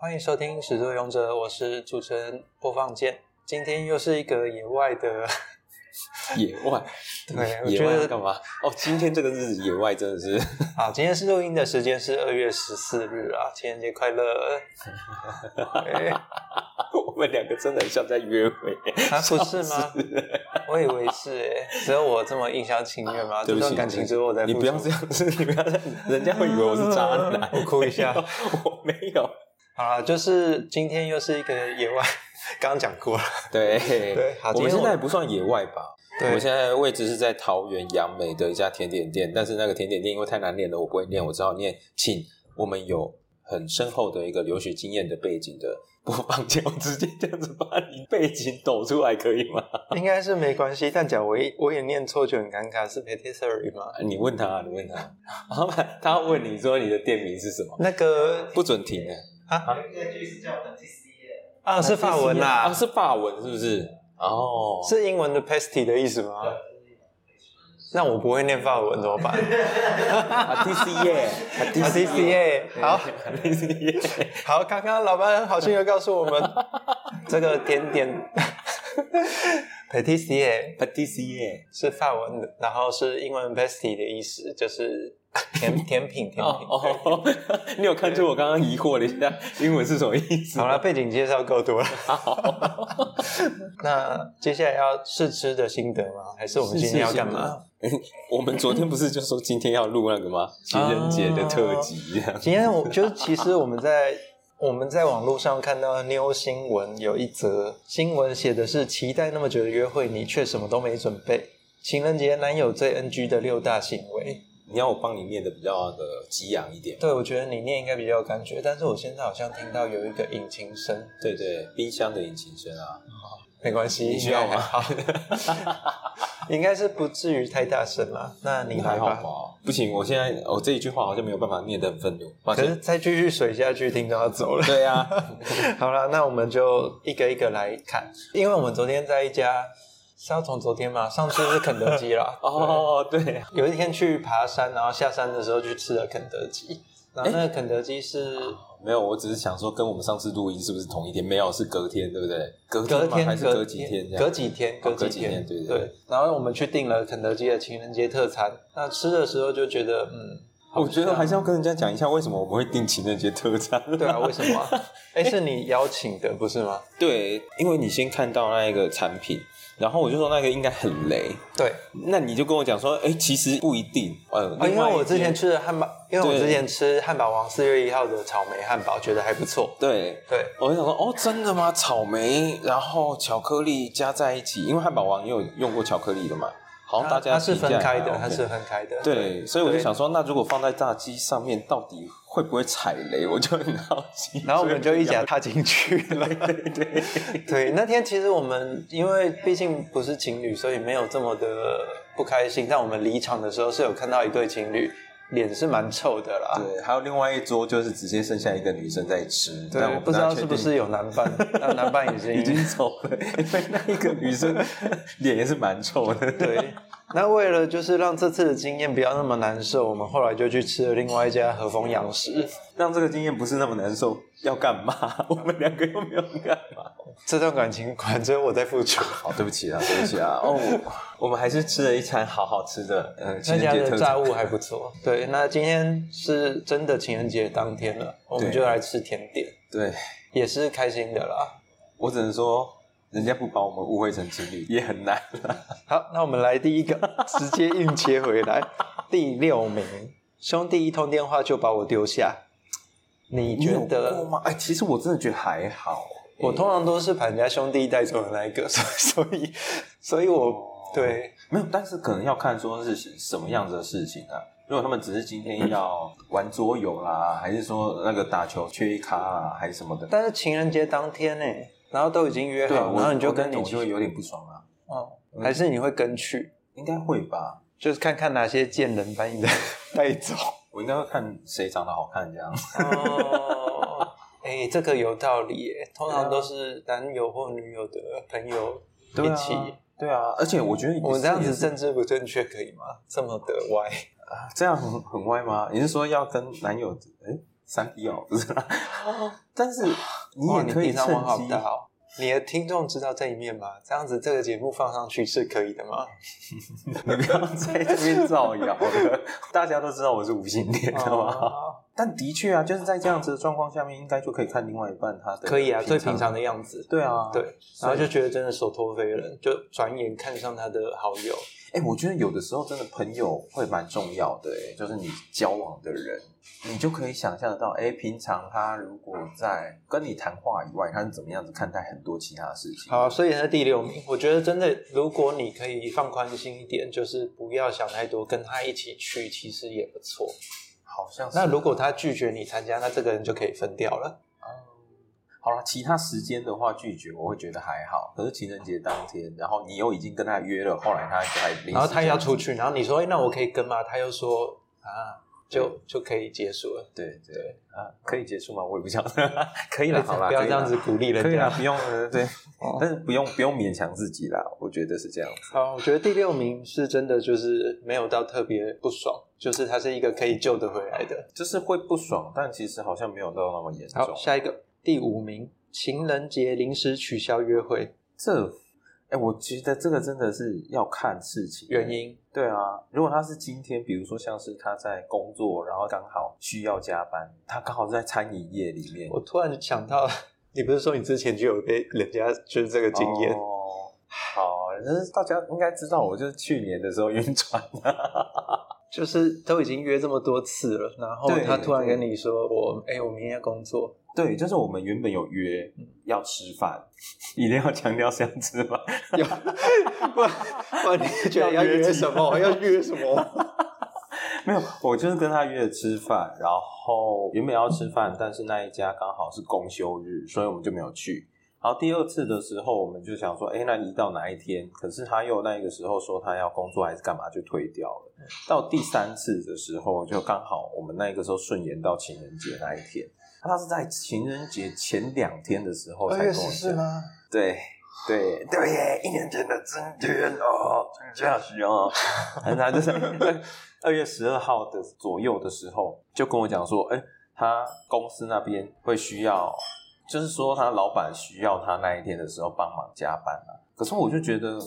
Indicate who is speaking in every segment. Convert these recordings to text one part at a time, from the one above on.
Speaker 1: 欢迎收听《始作俑者》，我是主持人播放键。今天又是一个野外的，
Speaker 2: 野外，
Speaker 1: 对，我
Speaker 2: 野
Speaker 1: 觉
Speaker 2: 外要
Speaker 1: 得
Speaker 2: 干嘛？哦，今天这个日子野外真的是
Speaker 1: 啊，今天是录音的时间是二月十四日啊，情人节快 乐！对
Speaker 2: 我们两个真的很像在约会，
Speaker 1: 啊，不是吗
Speaker 2: 笑？死
Speaker 1: 我以为是诶，只有我这么一厢情愿吗？ 啊这
Speaker 2: 对不起
Speaker 1: 段感情只有我在付
Speaker 2: 你
Speaker 1: 出。
Speaker 2: 不要这样 子，你不要这样，人家会以为我是渣男。
Speaker 1: 我 哭一下
Speaker 2: 没有， 我没有。
Speaker 1: 好啦，就是今天又是一个野外， 刚刚讲过了。
Speaker 2: 对
Speaker 1: 对好
Speaker 2: 我
Speaker 1: 今天
Speaker 2: 们现
Speaker 1: 我
Speaker 2: 在不算野外吧？我
Speaker 1: 对
Speaker 2: 们，现在的位置是在桃园杨梅的一家甜点店，但是那个甜点店因为太难念了，我不会念，我只好念请我们有很深厚的一个留学经验的背景的播放键，我直接这样子把你背景抖出来可以吗？
Speaker 1: 应该是没关系，但讲我一我也念错就很尴尬，是 patisserie 吗？
Speaker 2: 你问他，你问他，老板他问你说你的店名是什么？
Speaker 1: 那个
Speaker 2: 不准停的
Speaker 1: 啊，是法文啦、
Speaker 2: 啊，是法文是不是？哦，
Speaker 1: 是英文的 pasty 的意思吗？那我不会念法文怎么办
Speaker 2: 啊 D C 耶
Speaker 1: 啊，DCA 好
Speaker 2: D C 耶，
Speaker 1: 好，刚刚老板好心的告诉我 们，这个甜点 patisserie
Speaker 2: 啊 D C 耶，
Speaker 1: 是法文的，然后是英文 pasty 的意思，就是甜甜品甜品。
Speaker 2: 哦哦， 你有看出我刚刚疑惑了一下，英文是什么意思？
Speaker 1: 好了，背景介绍够多了。
Speaker 2: 好，
Speaker 1: 那接下来要试吃的心得吗？还是我们今天要干嘛？
Speaker 2: 我们昨天不是就说今天要录那个吗？情人节的特辑啊这样。
Speaker 1: 今天我就是，其实我们在 我们在网络上看到妞新闻有一则新闻写的是期待那么久的约会，你却什么都没准备。情人节男友最 NG 的六大行为，
Speaker 2: 你要我帮你念的比较的激昂一点吗。
Speaker 1: 对我觉得你念应该比较有感觉，但是我现在好像听到有一个引擎声，
Speaker 2: 对对，冰箱的引擎声啊，
Speaker 1: 没关系，
Speaker 2: 你需要吗
Speaker 1: 应该 还好应该是不至于太大声啦。那你来
Speaker 2: 还好
Speaker 1: 吧。
Speaker 2: 吧？不行，我现在我这一句话好像没有办法念得很愤怒，抱
Speaker 1: 可是
Speaker 2: 歉。
Speaker 1: 再继续水下去，听众要走了。
Speaker 2: 对啊呀、。
Speaker 1: 好了，那我们就一个一个来看，因为我们昨天在一家是要从昨天嘛，上次是肯德基啦
Speaker 2: 哦，对，
Speaker 1: 对，有一天去爬山，然后下山的时候去吃了肯德基，然后那个肯德基是、
Speaker 2: 没有，我只是想说跟我们上次录音是不是同一天？没有，是隔天，对不对？隔
Speaker 1: 隔
Speaker 2: 天吗
Speaker 1: 天
Speaker 2: 还是隔几天这样？
Speaker 1: 隔几天，
Speaker 2: 哦
Speaker 1: 隔
Speaker 2: 隔
Speaker 1: 几
Speaker 2: 几
Speaker 1: 天，
Speaker 2: 天对
Speaker 1: 对
Speaker 2: 对
Speaker 1: 然后我们去订了肯德基的情人节特餐，那吃的时候就觉得，嗯，
Speaker 2: 我觉得还是要跟人家讲一下为什么我们会定情人节特 餐。
Speaker 1: 对啊，为什么、啊？哎、是你邀请的不是吗？
Speaker 2: 对，因为你先看到那一个产品，然后我就说那个应该很雷，
Speaker 1: 对，
Speaker 2: 那你就跟我讲说，哎，其实不一定。呃，
Speaker 1: 啊，因
Speaker 2: 另
Speaker 1: 为
Speaker 2: 外一
Speaker 1: 我之前
Speaker 2: 间
Speaker 1: 吃的汉堡，因为我
Speaker 2: 对
Speaker 1: 之前吃汉堡王四月一号的草莓汉堡，觉得还不错。
Speaker 2: 对
Speaker 1: 对，
Speaker 2: 我就想说，哦，真的吗？草莓，然后巧克力加在一起，因为汉堡王也有用过巧克力的嘛，好像大家
Speaker 1: 它它是
Speaker 2: 评价
Speaker 1: 分开的，
Speaker 2: 还
Speaker 1: 它
Speaker 2: OK
Speaker 1: 是分开的。
Speaker 2: 对，所以我就
Speaker 1: 对
Speaker 2: 想说，那如果放在炸鸡上面，到底会不会踩雷？我就很好奇。
Speaker 1: 然后我们就一
Speaker 2: 讲，
Speaker 1: 脚踏进去了。
Speaker 2: 对对，
Speaker 1: 对，那天其实我们因为毕竟不是情侣，所以没有这么的不开心。但我们离场的时候是有看到一对情侣，脸是蛮臭的啦。
Speaker 2: 对，还有另外一桌就是直接剩下一个女生在吃，
Speaker 1: 对，
Speaker 2: 但我
Speaker 1: 不知
Speaker 2: 太
Speaker 1: 道
Speaker 2: 确
Speaker 1: 是不
Speaker 2: 定
Speaker 1: 是有男伴，那男伴已经
Speaker 2: 已经走了，因为那一个女生脸也是蛮臭的。
Speaker 1: 对，那为了就是让这次的经验不要那么难受，我们后来就去吃了另外一家和风洋食。
Speaker 2: 让这个经验不是那么难受，要干嘛？ 我们两个又没有干嘛。
Speaker 1: 这段感情果然只有我在付出。
Speaker 2: 好，对不起啊，对不起啊。哦，我我们还是吃了一餐好好吃的，嗯，情
Speaker 1: 那
Speaker 2: 人
Speaker 1: 家
Speaker 2: 节
Speaker 1: 的
Speaker 2: 特
Speaker 1: 炸
Speaker 2: 餐。
Speaker 1: 物还不错。对，那今天是真的情人节当天了，我们
Speaker 2: 对
Speaker 1: 就来吃甜点，
Speaker 2: 对，
Speaker 1: 也是开心的啦。
Speaker 2: 我只能说，人家不把我们误会成情侣也很难。
Speaker 1: 好，那我们来第一个，直接硬切回来。第六名，兄弟一通电话就把我丢下，你觉
Speaker 2: 有过
Speaker 1: 得？
Speaker 2: 吗？哎，其实我真的觉得还好。
Speaker 1: 我通常都是把人家兄弟带走的那一个， 所以，所以所以
Speaker 2: 哦
Speaker 1: 我对
Speaker 2: 没有，但是可能要看说是什么样子的事情啊。如果他们只是今天要玩桌游啦，还是说那个打球缺一咖啊，还是什么的，
Speaker 1: 但是情人节当天呢、然后都已经约
Speaker 2: 对，
Speaker 1: 好，
Speaker 2: 我
Speaker 1: 然后你就
Speaker 2: 我
Speaker 1: 跟
Speaker 2: 那
Speaker 1: 你
Speaker 2: 种就会有点不爽啊，
Speaker 1: 哦，还是你会跟去，
Speaker 2: 应该会吧？
Speaker 1: 就是看看哪些贱人把 你的带走。
Speaker 2: 我应该会看谁长得好看这样。
Speaker 1: 哦，哎、这个有道理耶，通常都是男友或女友的朋友 一起。
Speaker 2: 啊对啊，而且我觉得
Speaker 1: 啊我们这样子
Speaker 2: 这
Speaker 1: 政治不正确可以吗？这么的歪，
Speaker 2: 这样很很歪吗？你是说要跟男友？哎，三 P 哦，不是啦。但是你
Speaker 1: 哇
Speaker 2: 也
Speaker 1: 你
Speaker 2: 可以
Speaker 1: 地上
Speaker 2: 趁机
Speaker 1: 挖好大哦。你的听众知道这一面吗？这样子这个节目放上去是可以的吗？
Speaker 2: 你不要在这边造谣了，大家都知道我是无性恋，知道吗？
Speaker 1: 哦
Speaker 2: 但的确啊，就是在这样子的状况下面，应该就可以看另外一半他的
Speaker 1: 可以啊，最平
Speaker 2: 常
Speaker 1: 常的样子。
Speaker 2: 对啊，
Speaker 1: 对，然后就觉得真的手托非人，就转眼看上他的好友。
Speaker 2: 哎、我觉得有的时候真的朋友会蛮重要的、欸，就是你交往的人，你就可以想象得到，哎、平常他如果在跟你谈话以外，他是怎么样子看待很多其他的事情。
Speaker 1: 好，啊所以他第六名，我觉得真的，如果你可以放宽心一点，就是不要想太多，跟他一起去其实也不错。
Speaker 2: 好像是嗯
Speaker 1: 那如果他拒绝你参加，那这个人就可以分掉了。
Speaker 2: 好了，其他时间的话拒绝，我会觉得还好。可是情人节当天，然后你又已经跟他约了，后来他还临时
Speaker 1: 然后他要
Speaker 2: 讲
Speaker 1: 出去，然后你说，哎、那我可以跟吗？他又说，啊，就就可以结束了。
Speaker 2: 对对啊，可以结束吗？我也不想， 可以了，好了，
Speaker 1: 不要
Speaker 2: 可以
Speaker 1: 这
Speaker 2: 啦
Speaker 1: 样子鼓励人
Speaker 2: 可以啦，
Speaker 1: 家。
Speaker 2: 不用了，对，
Speaker 1: 哦
Speaker 2: 但是不用不用勉强自己啦，我觉得是这样子。
Speaker 1: 好，我觉得第六名是真的，就是没有到特别不爽，就是他是一个可以救得回来的。
Speaker 2: 就是会不爽，但其实好像没有到那么严重
Speaker 1: 好，。下一个第五名，情人节临时取消约会
Speaker 2: 这，哎、我觉得这个真的是要看事情
Speaker 1: 原。因，
Speaker 2: 对啊，如果他是今天，比如说像是他在工作，然后刚好需要加班，他刚好在餐饮业里面，
Speaker 1: 我突然想到，你不是说你之前就有被人家就是这个经验？
Speaker 2: 哦好，但是大家应该知道，我就是去年的时候晕船
Speaker 1: 就是都已经约这么多次了，然后
Speaker 2: 对
Speaker 1: 他突然跟你说我哎、我明天要工 作，
Speaker 2: 对，就是我们原本有约
Speaker 1: 嗯
Speaker 2: 要吃饭，一定要强调是要吃饭。
Speaker 1: 要不然不然你觉得要
Speaker 2: 要约
Speaker 1: 约
Speaker 2: 几
Speaker 1: 什么？要约什么？
Speaker 2: 没有，我就是跟他约了吃饭，然后原本要吃饭，但是那一家刚好是公休日，所以我们就没有去。然后第二次的时候，我们就想说，哎，那移到哪一天？可是他又那一个时候说他要工作还是干嘛，就推掉了。到第三次的时候，就刚好我们那个时候顺延到情人节那一天。他是在情人节前两天的时候才
Speaker 1: 二月
Speaker 2: 跟 我
Speaker 1: 十四
Speaker 2: 讲，
Speaker 1: 吗？
Speaker 2: 对对对耶，一年前的今天哦，真下去哦，然后他就是二月十二号的左右的时候，就跟我讲说，哎、他公司那边会需要，就是说他老板需要他那一天的时候帮忙加班啊。可是我就觉得，呃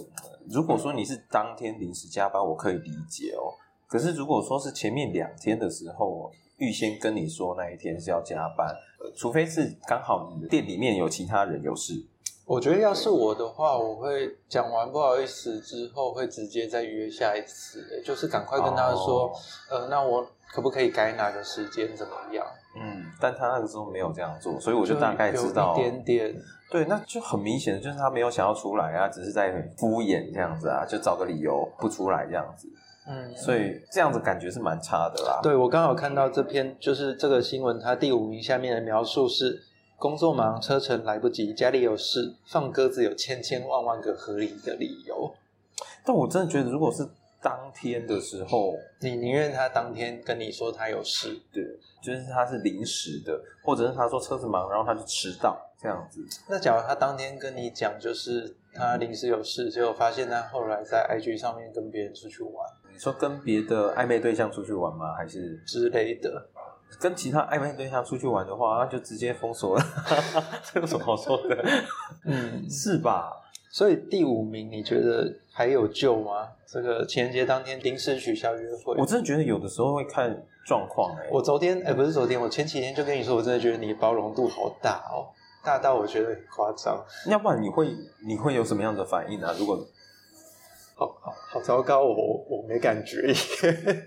Speaker 2: 如果说你是当天临时加班，我可以理解哦。可是如果说是前面两天的时候，预先跟你说那一天是要加班，呃除非是刚好你的店里面有其他人有事，
Speaker 1: 我觉得要是我的话，我会讲完不好意思之后，会直接再约下一次、欸就是赶快跟他说，
Speaker 2: 哦
Speaker 1: 呃，那我可不可以改哪个时间怎么样？
Speaker 2: 嗯，但他那个时候没有这样做，所以我
Speaker 1: 我
Speaker 2: 就大概知道
Speaker 1: 一，点点。
Speaker 2: 对，那就很明显，就是他没有想要出来啊，只是在敷衍这样子啊，就找个理由不出来这样子，
Speaker 1: 嗯，
Speaker 2: 所以这样子感觉是蛮差的啦。
Speaker 1: 对我刚好看到这篇，就是这个新闻，它第五名下面的描述是：工作忙，车程来不及，家里有事，放鸽子有千千万万个合理的理由。
Speaker 2: 但我真的觉得，如果是当天的时候，
Speaker 1: 你宁愿他当天跟你说他有事，
Speaker 2: 对，就是他是临时的，或者是他说车子忙，然后他就迟到这样子，
Speaker 1: 那假如他当天跟你讲，就是他临时有事，结果发现他后来在 IG 上面跟别人出去玩
Speaker 2: 你说跟别的暧昧对象出去玩吗？还是
Speaker 1: 之类的，
Speaker 2: 跟其他暧昧对象出去玩的话，那就直接封锁了， 这有什么好说的？
Speaker 1: 嗯，
Speaker 2: 是吧？
Speaker 1: 所以第五名你觉得还有救吗？这个情人节当天临时取消约会，
Speaker 2: 我真的觉得有的时候会看状况哎、
Speaker 1: 我昨天哎、不是昨天，我前几天就跟你说，我真的觉得你包容度好大哦，大到我觉得很夸张，
Speaker 2: 要不然你会你会有什么样的反应啊？如果
Speaker 1: 好好好糟糕，我我我没感觉。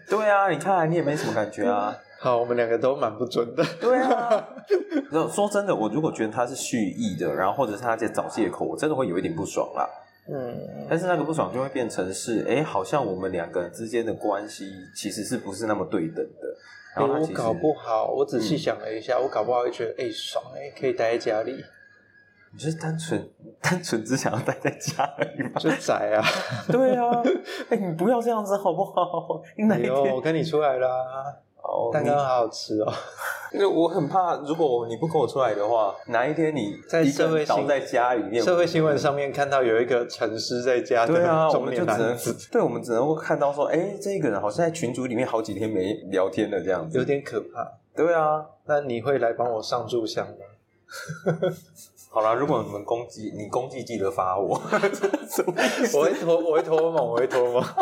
Speaker 2: 对啊，你看来你也没什么感觉啊。
Speaker 1: 好，我们两个都蛮不准的。
Speaker 2: 对啊，那说真的，我如果觉得他是蓄意的，然后或者是他在找借口，我真的会有一点不爽啦。
Speaker 1: 嗯，
Speaker 2: 但是那个不爽就会变成是，哎、好像我们两个人之间的关系其实是不是那么对等的？然后他
Speaker 1: 我
Speaker 2: 其实嗯
Speaker 1: 搞不好，我仔细想了一下，我搞不好会觉得哎、爽哎、可以待在家里，
Speaker 2: 你就是单纯单纯只想要待在家而 已嘛。
Speaker 1: 就宅 啊。
Speaker 2: 对啊，哎、你不要这样子好不好？你哪
Speaker 1: 哎
Speaker 2: 一天
Speaker 1: 呦，我跟你出来啦，
Speaker 2: 哦
Speaker 1: 蛋
Speaker 2: 你
Speaker 1: 糕好好吃哦。
Speaker 2: 因为我很怕，如果你不跟我出来的话，哪一天你
Speaker 1: 在
Speaker 2: 一个
Speaker 1: 社会
Speaker 2: 人
Speaker 1: 新
Speaker 2: 倒在家里面，
Speaker 1: 社会新闻上面看到有一个沉尸在家
Speaker 2: 对啊，
Speaker 1: 的
Speaker 2: 我
Speaker 1: 中
Speaker 2: 们
Speaker 1: 年
Speaker 2: 就只能
Speaker 1: 男子，
Speaker 2: 对，我们只能够看到说，哎，这个人好像在群组里面好几天没聊天了这样
Speaker 1: 有
Speaker 2: 子。
Speaker 1: 点可怕。
Speaker 2: 对啊，
Speaker 1: 那你会来帮我上炷香吗？
Speaker 2: 好啦，如果你们攻击你攻击，记得发我。 什么意思
Speaker 1: 我会脱，我会脱猛，我会脱猛。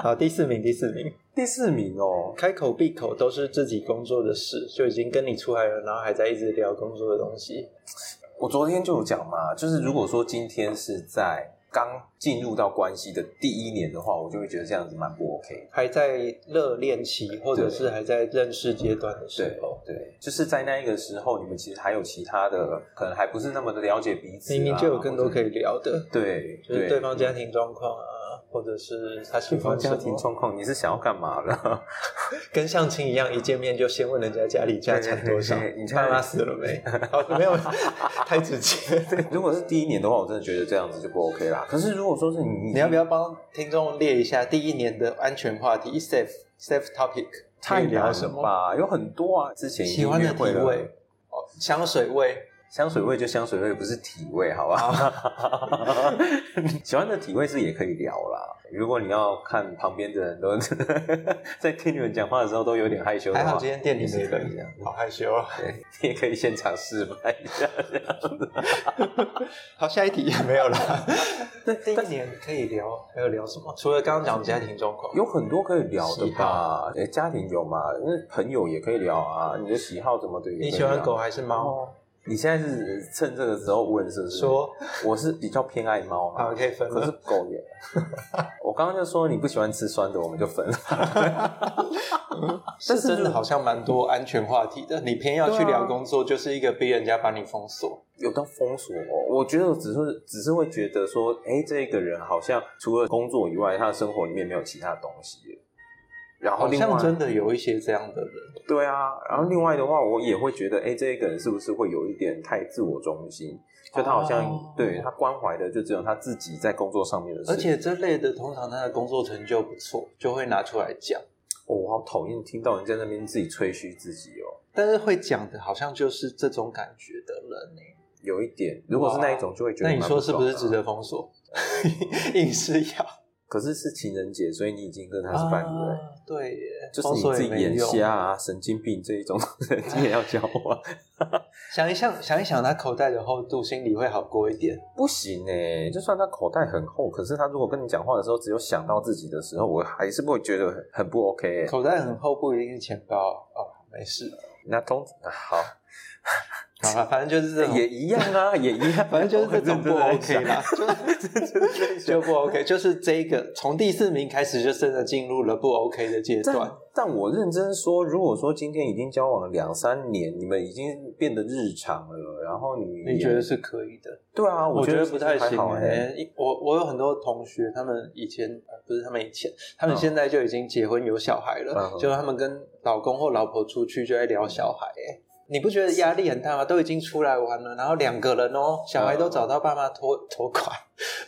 Speaker 1: 好，第四名，第四名，
Speaker 2: 第四名哦，
Speaker 1: 开口闭口都是自己工作的事，就已经跟你出来了，然后还在一直聊工作的东西。
Speaker 2: 我昨天就有讲嘛，就是如果说今天是在刚进入到关系的第一年的话，我就会觉得这样子蛮不 OK 的。
Speaker 1: 还在热恋期，或者是还在认识阶段的时
Speaker 2: 对
Speaker 1: 候，
Speaker 2: 对，就是在那一个时候，你们其实还有其他的，可能还不是那么的了解彼此、啊，
Speaker 1: 明明就有更多可
Speaker 2: 以
Speaker 1: 以聊的，
Speaker 2: 对，嗯
Speaker 1: 就是对方家庭状况啊，或者是他喜
Speaker 2: 对方
Speaker 1: 欢什
Speaker 2: 家庭
Speaker 1: 么，
Speaker 2: 状况，你是想要干嘛了？
Speaker 1: 跟相亲一样，一见面就先问人家家里家产多少
Speaker 2: 对对对，你看
Speaker 1: 爸妈死了 没？哦，没有， 太直接。
Speaker 2: 如果是第一年的话，我真的觉得这样子就不 OK 啦。可是如果说是你，
Speaker 1: 你要不要帮听众列一下第一年的安全话题？safe safe topic，可
Speaker 2: 太
Speaker 1: 以
Speaker 2: 难
Speaker 1: 聊
Speaker 2: 了
Speaker 1: 什么？
Speaker 2: 吧？有很多啊，之前已经
Speaker 1: 喜欢的
Speaker 2: 约会
Speaker 1: 体
Speaker 2: 了
Speaker 1: 味，哦，香水味，
Speaker 2: 香水味就香水味，不是体味，好 吧？喜欢的体味是也可以聊啦。如果你要看旁边的人都 在听你们讲话的时候都有点害羞的话，
Speaker 1: 还好今天店里没
Speaker 2: 也是可以
Speaker 1: 人，好害羞啊。
Speaker 2: 这样对，你也可以现场示范 一下。
Speaker 1: 好，下一题 也没有了。 那第一年可以聊，还有聊什么？除了刚刚讲家庭状况，
Speaker 2: 有很多可以聊的吧？诶家庭有嘛？那朋友也可以聊啊。你的喜好怎么的也可以
Speaker 1: 你
Speaker 2: 聊
Speaker 1: 喜欢狗？还是猫？
Speaker 2: 你现在是趁这个时候问是不是？
Speaker 1: 说
Speaker 2: 我是比较偏爱猫啊
Speaker 1: 好，可以分
Speaker 2: 可是
Speaker 1: 了。
Speaker 2: 狗也，我刚刚就说你不喜欢吃酸的，我们就分了。
Speaker 1: 但是真的好像蛮多安全话题的，你偏要去
Speaker 2: 对啊
Speaker 1: 聊工作，就是一个逼人家把你封锁。
Speaker 2: 有到封锁、哦，我觉得我只是只是会觉得说，哎，这个人好像除了工作以外，他的生活里面没有其他东西了。然后
Speaker 1: 好
Speaker 2: 另外，
Speaker 1: 像真的有一些这样的人，
Speaker 2: 对啊，然后另外的话，我也会觉得，哎，这个人是不是会有一点太自我中心？就他好像、
Speaker 1: 哦
Speaker 2: 对他关怀的就只有他自己在工作上面的事。
Speaker 1: 而且这类的通常他的工作成就不错，就会拿出来讲。
Speaker 2: 哦我好讨厌听到人在那边自己吹嘘自己哦。
Speaker 1: 但是会讲的，好像就是这种感觉的人呢、
Speaker 2: 有一点，如果是那一种，就会觉得
Speaker 1: 那你
Speaker 2: 蛮
Speaker 1: 说是不是
Speaker 2: 爽
Speaker 1: 值
Speaker 2: 的啊？
Speaker 1: 得封锁？ 硬是要
Speaker 2: 可是是情人节，所以你已经跟他是伴侣了、
Speaker 1: 啊对耶，
Speaker 2: 就是
Speaker 1: 封
Speaker 2: 你
Speaker 1: 锁
Speaker 2: 自
Speaker 1: 也
Speaker 2: 己
Speaker 1: 没
Speaker 2: 眼
Speaker 1: 用。
Speaker 2: 瞎啊，神经病这一 种人，你也要教我？
Speaker 1: 啊想一想，想一想，他口袋的厚度，心里会好过一点。
Speaker 2: 不行哎、就算他口袋很厚，可是他如果跟你讲话的时候只有想到自己的时候，我还是会觉得很很不 OK 欸、
Speaker 1: 口袋很厚不一定是钱包哦，没事，
Speaker 2: 那通啊好
Speaker 1: 好吧，反正就是这种，
Speaker 2: 也一样啊，也一样，
Speaker 1: 反正就是这种不 OK 啦，
Speaker 2: 就
Speaker 1: 就不 OK，就是这一个从第四名开始就真的进入了不 OK 的阶段
Speaker 2: 但。但我认真说，如果说今天已经交往了两三年，你们已经变得日常了，然后你
Speaker 1: 你觉得是可以的？
Speaker 2: 对啊？
Speaker 1: 我
Speaker 2: 觉
Speaker 1: 觉得
Speaker 2: 其
Speaker 1: 不
Speaker 2: 实
Speaker 1: 太
Speaker 2: 还
Speaker 1: 行
Speaker 2: 好哎、
Speaker 1: 欸因我我有很多同学，他们以前呃不是他们以前，他们
Speaker 2: 嗯
Speaker 1: 现在就已经结婚有小孩了
Speaker 2: 嗯，
Speaker 1: 就他们跟老公或老婆出去就在聊小孩、欸，你不觉得压力很大吗？都已经出来玩了，然后两个人哦，小孩都找到爸妈托托管，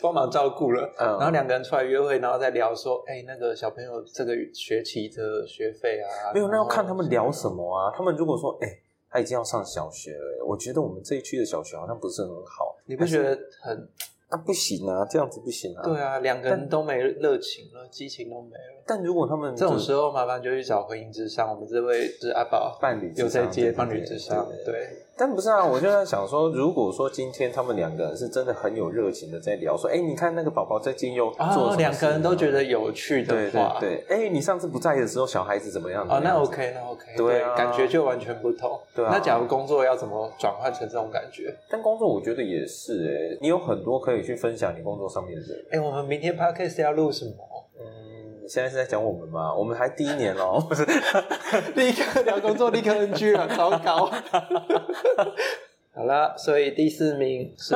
Speaker 1: 帮忙照顾了。
Speaker 2: 嗯，
Speaker 1: 然后两个人出来约会，然后再聊说，哎、那个小朋友这个学期的学费啊，
Speaker 2: 没有，那
Speaker 1: 然
Speaker 2: 要
Speaker 1: 后
Speaker 2: 看他们聊什么啊。他们如果说，哎、他已经要上小学了、哎我觉得我们这一区的小学好像不是很好。
Speaker 1: 你不觉得很
Speaker 2: 那、不行啊，这样子不行啊。
Speaker 1: 对
Speaker 2: 啊。
Speaker 1: 啊？两个人都没热情了，激情都没了。
Speaker 2: 但如果他们
Speaker 1: 这种时
Speaker 2: 候
Speaker 1: 候，麻烦就去找婚姻之商。我们这位是阿宝，
Speaker 2: 伴侣
Speaker 1: 有在接
Speaker 2: 接
Speaker 1: 伴侣之商，
Speaker 2: 对。
Speaker 1: 对，
Speaker 2: 但不是啊，我就在想说，如果说今天他们两个人是真的很有热情的在聊，说，哎、你看那个宝宝最近又做了什么
Speaker 1: 啊，
Speaker 2: 事
Speaker 1: 两个人都觉
Speaker 2: 得
Speaker 1: 得有趣的
Speaker 2: 对
Speaker 1: 话，
Speaker 2: 对对，哎、你上次不在的时候，小孩子怎么样？
Speaker 1: 哦，
Speaker 2: 怎么
Speaker 1: 那
Speaker 2: 样
Speaker 1: OK，那 OK，
Speaker 2: 对啊
Speaker 1: 感觉就完全不同。
Speaker 2: 对啊
Speaker 1: 那假如工作要怎么转换成这种感觉？
Speaker 2: 但工作我觉得也是、哎，你有很多可以去分享你工作上面的人。
Speaker 1: 哎，我们明天 podcast 要录什么？
Speaker 2: 嗯，你现在是在讲我们吗？我们还第一年哦， 不是？
Speaker 1: 立刻聊工作，立刻 NG 了，糟 糕。好啦，所以第四名是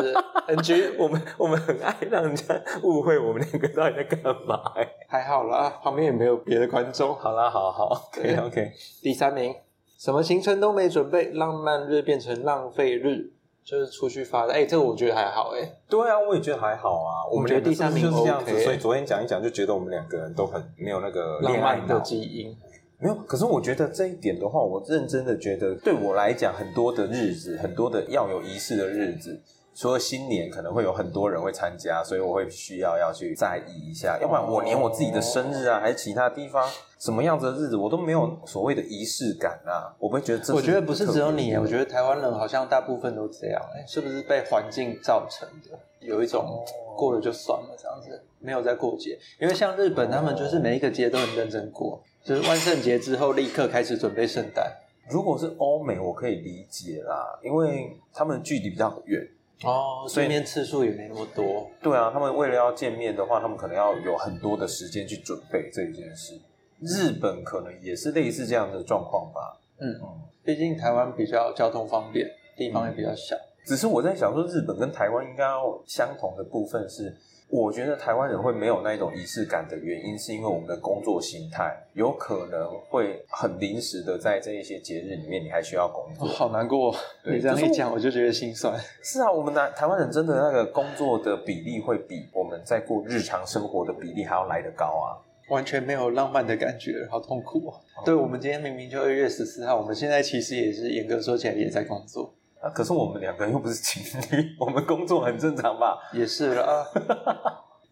Speaker 1: NG，
Speaker 2: 我们我们很爱让人家误会我们两个到底在干嘛、
Speaker 1: 还好啦，旁边也没有别的观众。
Speaker 2: 好啦，好好，OK
Speaker 1: 对啊
Speaker 2: OK。
Speaker 1: 第三名，什么行程都没准备，浪漫日变成浪费日，就是出去发的。哎、这个我觉得还好、哎，
Speaker 2: 对啊，我也觉得还好啊。我们
Speaker 1: 我觉得第三名
Speaker 2: 就是这样子
Speaker 1: OK
Speaker 2: 所以昨天讲一讲就觉得我们两个人都很没有那个
Speaker 1: 浪
Speaker 2: 恋爱
Speaker 1: 漫的
Speaker 2: 脑。
Speaker 1: 基因。
Speaker 2: 没有，可是我觉得这一点的话，我认真的觉得，对我来讲，很多的日子，很多的要有仪式的日子，除了新年可能会有很多人会参加，所以我会需要要去在意一
Speaker 1: 哦
Speaker 2: 下，要不然我连我自己的生日啊，还是其他地方什么样子的日子，我都没有所谓的仪式感啊，我不会觉得这。
Speaker 1: 我觉得不是只有你，我
Speaker 2: 得
Speaker 1: 觉得台湾人好像大部分都这样、哎，是不是被环境造成的？有一种
Speaker 2: 哦
Speaker 1: 过了就算了这样子，没有在过节。因为像日本，他们就是每一个节都很认真过，就是万圣节之后立刻开始准备圣诞。
Speaker 2: 如果是欧美，我可以理解啦，因为他们距离比较远。
Speaker 1: 哦，所以面次数也没那么多。
Speaker 2: 对啊，他们为了要见面的话，他们可能要有很多的时间去准备这一件事。日本可能也是类似这样的状况吧。
Speaker 1: 嗯，
Speaker 2: 嗯，
Speaker 1: 毕竟台湾比较交通方便，地方也比较小。
Speaker 2: 只是我在想说，日本跟台湾应该要相同的部分是，我觉得台湾人会没有那种仪式感的原因，是因为我们的工作心态有可能会很临时的在这一些节日里面，你还需要工
Speaker 1: 我、
Speaker 2: 作。
Speaker 1: 哦好难过，
Speaker 2: 对
Speaker 1: 你这样
Speaker 2: 就是
Speaker 1: 一讲，我就觉得心酸。
Speaker 2: 是啊，我们台台湾人真的那个工作的比例会比我们在过日常生活的比例还要来得高啊。
Speaker 1: 完全没有浪漫的感觉，好痛苦哦。
Speaker 2: 哦
Speaker 1: 对，我们今天明明就二月十四号，我们现在其实也是严格说起来也在工作，
Speaker 2: 啊，可是我们两个人又不是情侣， 我们工作很正常吧？
Speaker 1: 也是了啊。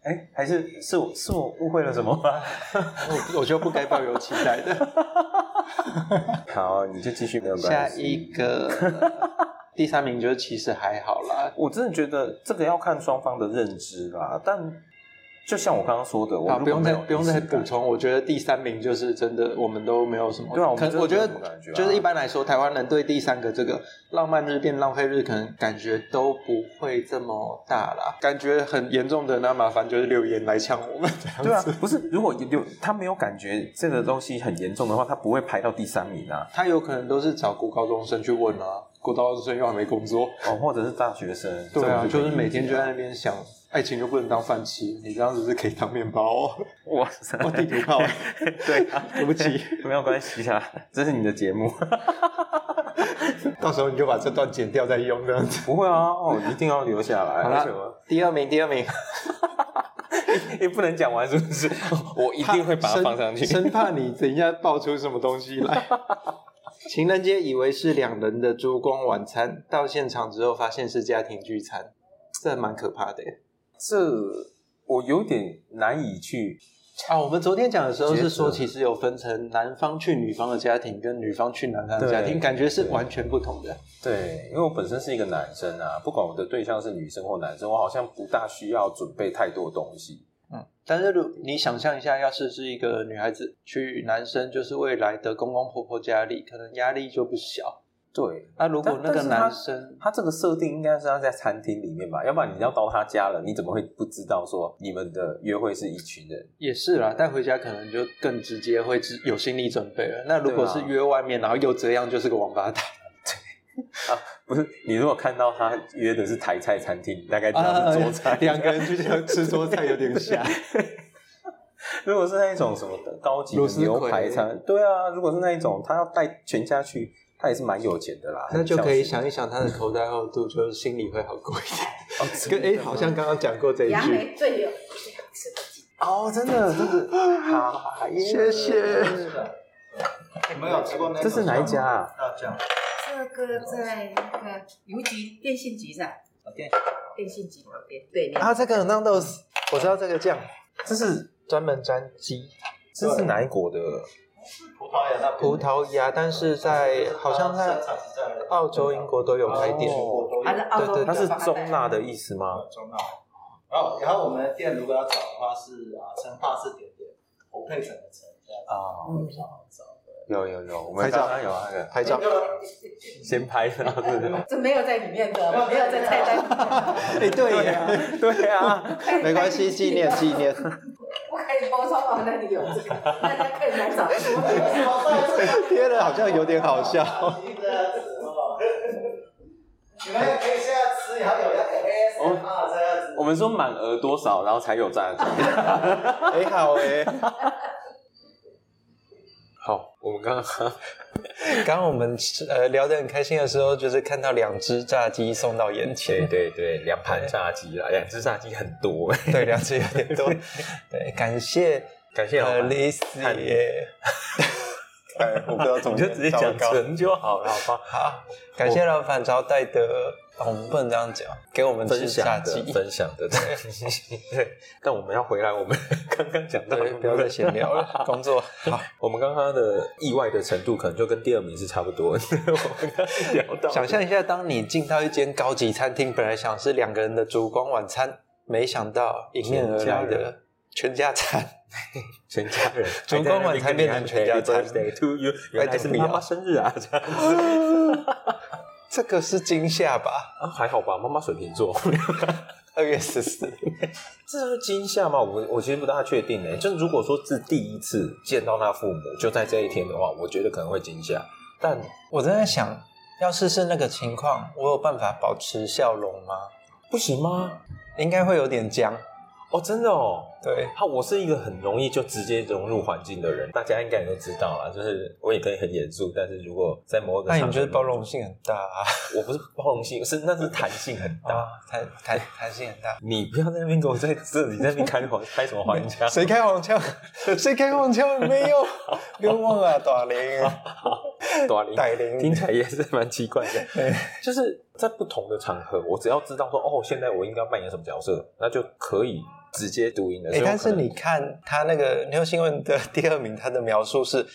Speaker 2: 哎、还是是我是我误会了什么吗？
Speaker 1: 我我就不该抱有期待的。
Speaker 2: 好，你就继续没有
Speaker 1: 下
Speaker 2: 关系。
Speaker 1: 一个第三名就是其实还好啦，
Speaker 2: 我真的觉得这个要看双方的认知啦，但就像我刚刚说的，我
Speaker 1: 好，
Speaker 2: 如
Speaker 1: 不
Speaker 2: 果
Speaker 1: 用
Speaker 2: 没
Speaker 1: 再
Speaker 2: 有
Speaker 1: 不用再
Speaker 2: 仪式感
Speaker 1: 补。充。我觉得第三名就是真的，我们都没有什么。
Speaker 2: 对啊我们
Speaker 1: 可
Speaker 2: 真的
Speaker 1: 我觉
Speaker 2: 没有什么
Speaker 1: 得
Speaker 2: 感觉啊
Speaker 1: 就是一般来说，台湾人对第三个这个浪漫日变浪费日，可能感觉都不会这么大啦。感觉很严重的那麻烦就是留言来呛我们这样子。
Speaker 2: 对啊，不是，如果有他没有感觉这个东西很严重的话，他不会排到第三名啊，
Speaker 1: 他有可能都是找国高中生去问啊，国高中生又还没工作。
Speaker 2: 哦，或者是大学生，
Speaker 1: 对啊，
Speaker 2: 这
Speaker 1: 就
Speaker 2: 我可以
Speaker 1: 是每天
Speaker 2: 理
Speaker 1: 就
Speaker 2: 解啊
Speaker 1: 在那边想，爱情就不能当饭吃，你这样子是可以当面包、哦。
Speaker 2: 哇塞，
Speaker 1: 我地图炮，
Speaker 2: 对啊，
Speaker 1: 对不起，
Speaker 2: 没有关系啊，这是你的节目。
Speaker 1: 到时候你就把这段剪掉再用这样子。
Speaker 2: 不会啊，哦，一定要留下来。
Speaker 1: 好啦
Speaker 2: 而且我
Speaker 1: 第二名，第二 名，
Speaker 2: 也不能讲完，是 不是？我一定会把它放上去。
Speaker 1: 生生怕你等一下爆出什么东西来。 情人节以为是两人的烛光晚餐，到现场之后发现是家庭聚餐，这蛮可怕的耶。
Speaker 2: 这我有点难以去。
Speaker 1: 啊，我们昨天讲的时候是说，
Speaker 2: 接
Speaker 1: 其实有分成男方去女方的家庭跟女方去男方的家
Speaker 2: 对
Speaker 1: 庭，感觉是
Speaker 2: 对
Speaker 1: 完全不同的。
Speaker 2: 对，因为我本身是一个男生啊，不管我的对象是女生或男生，我好像不大需要准备太多东西。
Speaker 1: 嗯，但是如你想象一下，要是是一个女孩子去男生就是未来的公公婆婆家里，可能压力就不小。
Speaker 2: 对，
Speaker 1: 那啊如果
Speaker 2: 但
Speaker 1: 那个
Speaker 2: 但是他
Speaker 1: 男生，
Speaker 2: 他这个设定应该是要在餐厅里面吧，要不然你要到他家了，你怎么会不知道说你们的约会是一群人？
Speaker 1: 也是啦，带回家可能就更直接会知有心理准备了。那如果
Speaker 2: 对啊
Speaker 1: 是约外面，然后又这样，就是个王八蛋。
Speaker 2: 不是，你如果看到他约的是台菜餐厅，你大概知道
Speaker 1: 啊
Speaker 2: 是桌菜。
Speaker 1: 两个人就这样吃桌菜有点像。
Speaker 2: 如果是那一种什么高级
Speaker 1: 螺丝
Speaker 2: 的
Speaker 1: 葵
Speaker 2: 牛排餐，对啊，如果是那一种，他要带全家去，他也是蛮有钱的啦。
Speaker 1: 那就可以想
Speaker 2: 一
Speaker 1: 一想他的口袋厚度，就是心里会好过一点。
Speaker 2: 哦，
Speaker 1: 跟哎、好像刚刚讲过这一
Speaker 3: 杨
Speaker 1: 句。
Speaker 3: 梅最有最好吃的鸡
Speaker 2: 哦，真的，真的，好，
Speaker 1: 谢谢。
Speaker 4: 你们有吃过那
Speaker 2: 这是哪一家啊？
Speaker 4: 辣酱？
Speaker 3: 蛋，这个在那个邮局电信局上，
Speaker 1: 哦
Speaker 4: 电
Speaker 3: 电信局旁边对面。
Speaker 1: 啊，这个 Nando's，我知道这个酱
Speaker 2: 这是
Speaker 1: 专门沾鸡。
Speaker 2: 这是哪一国的？
Speaker 4: 葡萄牙那边
Speaker 1: 葡萄牙，但是在好像在
Speaker 4: 生产是在
Speaker 1: 澳洲、英国都有开店。
Speaker 4: 哦
Speaker 3: 它是澳洲
Speaker 1: 对对
Speaker 3: 的
Speaker 2: 它是
Speaker 3: 放在
Speaker 2: 中辣的意思吗？
Speaker 4: 中辣。然后，然后我们的店如果要找的话是啊，陈帕是点点侯佩岑的陈这样
Speaker 2: 啊，
Speaker 1: 嗯
Speaker 4: 会比较好找。
Speaker 2: 有有有，我
Speaker 1: 拍
Speaker 2: 们
Speaker 1: 照
Speaker 2: 刚刚有那个
Speaker 1: 拍照，
Speaker 2: 先拍的，对对
Speaker 3: 这没有在里面的，没有在菜单里面。
Speaker 1: 哎， 对呀，
Speaker 2: 对对啊，
Speaker 1: 没关系，纪念纪念。
Speaker 3: 我可以包装到那里有 这个，大家可以来找。
Speaker 1: 贴了好像有点好笑。
Speaker 4: 你们也可以现在吃，然后有那个 ASMR 这样子。
Speaker 2: 我们说满额多少，然后才有 赞。
Speaker 1: 哎，好哎，
Speaker 2: 好，我们刚刚
Speaker 1: 刚刚我们吃呃聊得很开心的时候，就是看到两只炸鸡送到眼
Speaker 2: 对
Speaker 1: 前，
Speaker 2: 对对，两盘炸鸡啦，两只炸鸡很多，
Speaker 1: 对，两只有点多。对，感谢
Speaker 2: 感谢老
Speaker 1: 呃
Speaker 2: 板。
Speaker 1: ，Lizzy，
Speaker 5: 哎，我不知道怎么
Speaker 2: 你就直接
Speaker 5: 糟
Speaker 2: 讲
Speaker 5: 糕
Speaker 2: 成就好了，好吧？
Speaker 1: 好，感谢老板招待的，哦我们不能这样讲，给我们吃
Speaker 2: 分
Speaker 1: 炸
Speaker 2: 享
Speaker 1: 鸡
Speaker 2: 的，，分享的， 对。但我们要回来，我们 刚刚讲到
Speaker 1: 对，
Speaker 2: 的，
Speaker 1: 不要再闲聊 了， 工作好，
Speaker 2: 我们刚刚的意外的程度，可能就跟第二名是差不多。 我们刚刚聊到，
Speaker 1: 想象一下，当你进到一间高级餐厅，本来想是两个人的烛光晚餐，没想到迎面而来的全家餐。
Speaker 2: 全家 人，
Speaker 1: 烛光晚餐变成全家餐
Speaker 2: Day to you，原来是妈妈生日啊，这样子
Speaker 1: 这个是惊吓吧？
Speaker 2: 啊，还好吧？妈妈水瓶座，
Speaker 1: 二月十四，
Speaker 2: 这是惊吓吗？我我其实不大确定诶。就是如果说是第一次见到他父母，就在这一天的话，我觉得可能会惊吓。但
Speaker 1: 我正在想，要是是那个情况，我有办法保持笑容吗？
Speaker 2: 不行吗？
Speaker 1: 应该会有点僵。
Speaker 2: 哦，真的哦。
Speaker 1: 对，
Speaker 2: 好，我是一个很容易就直接融入环境的人，大家应该也都知道啦。就是我也可以很严肃，但是如果在某一个
Speaker 1: 那
Speaker 2: 场
Speaker 1: 你们
Speaker 2: 合，
Speaker 1: 就是包容性很大啊，
Speaker 2: 我不是包容性，是那是弹性很大。
Speaker 1: 啊弹弹弹性很大。
Speaker 2: 你不要在那边给我在这里在那边开黄开什么黄腔？
Speaker 1: 谁开黄腔？谁开黄腔？没 有，别忘了打铃，
Speaker 2: 短铃
Speaker 1: 打铃。
Speaker 2: 听起来也是蛮奇怪 的，就是在不同的场合，我只要知道说哦，现在我应该扮演什么角色，那就可以直接读音了。
Speaker 1: 哎、
Speaker 2: 所以我
Speaker 1: 但
Speaker 2: 可
Speaker 1: 是
Speaker 2: 能
Speaker 1: 你看他那个牛新闻的 第二名，他的描述是，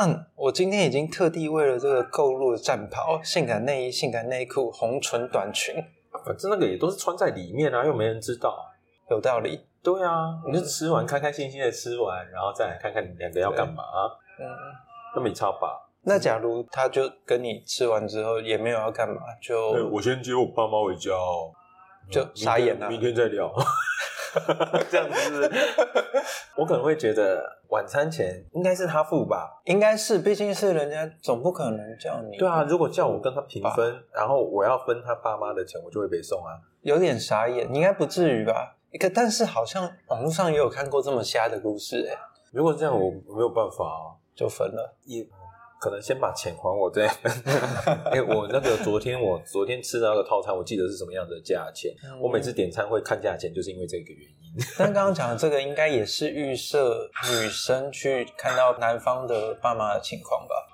Speaker 1: 嗯，我今天已经特地为了这个购入战袍、性感内衣、性感内裤、红唇短裙，
Speaker 2: 反正那个也都是穿在里面啊，又没人知道。
Speaker 1: 有道理。
Speaker 2: 对啊，你就吃完开开心心的吃完，然后再来看看你两个要干嘛，
Speaker 1: 嗯，
Speaker 2: 那没差吧？
Speaker 1: 那假如他就跟你吃完之后也没有要干嘛，就
Speaker 2: 我先接我爸妈回家哦，
Speaker 1: 就
Speaker 2: 嗯
Speaker 1: 傻眼啊
Speaker 2: 明天明天再聊。 这样子是不是，我可能会觉得晚餐前应该是他付吧，
Speaker 1: 应该是，毕竟是人家总不可能叫你。
Speaker 2: 对啊，，如果叫我跟他平分，然后我要分他爸妈的钱，我就会被送啊。
Speaker 1: 有点傻眼，应该不至于吧？可但是好像网络上也有看过这么瞎的故事、哎，
Speaker 2: 如果这样，我我没有办法啊，
Speaker 1: 就分了。
Speaker 2: 也可能先把钱还我 再分。哎、我那个昨天我昨天吃的那个套餐，我记得是什么样的价钱。
Speaker 1: 嗯
Speaker 2: 我每次点餐会看价钱，就是因为这个原因。
Speaker 1: 但刚刚讲的这个应该也是预设女生去看到男方的爸妈的情况吧？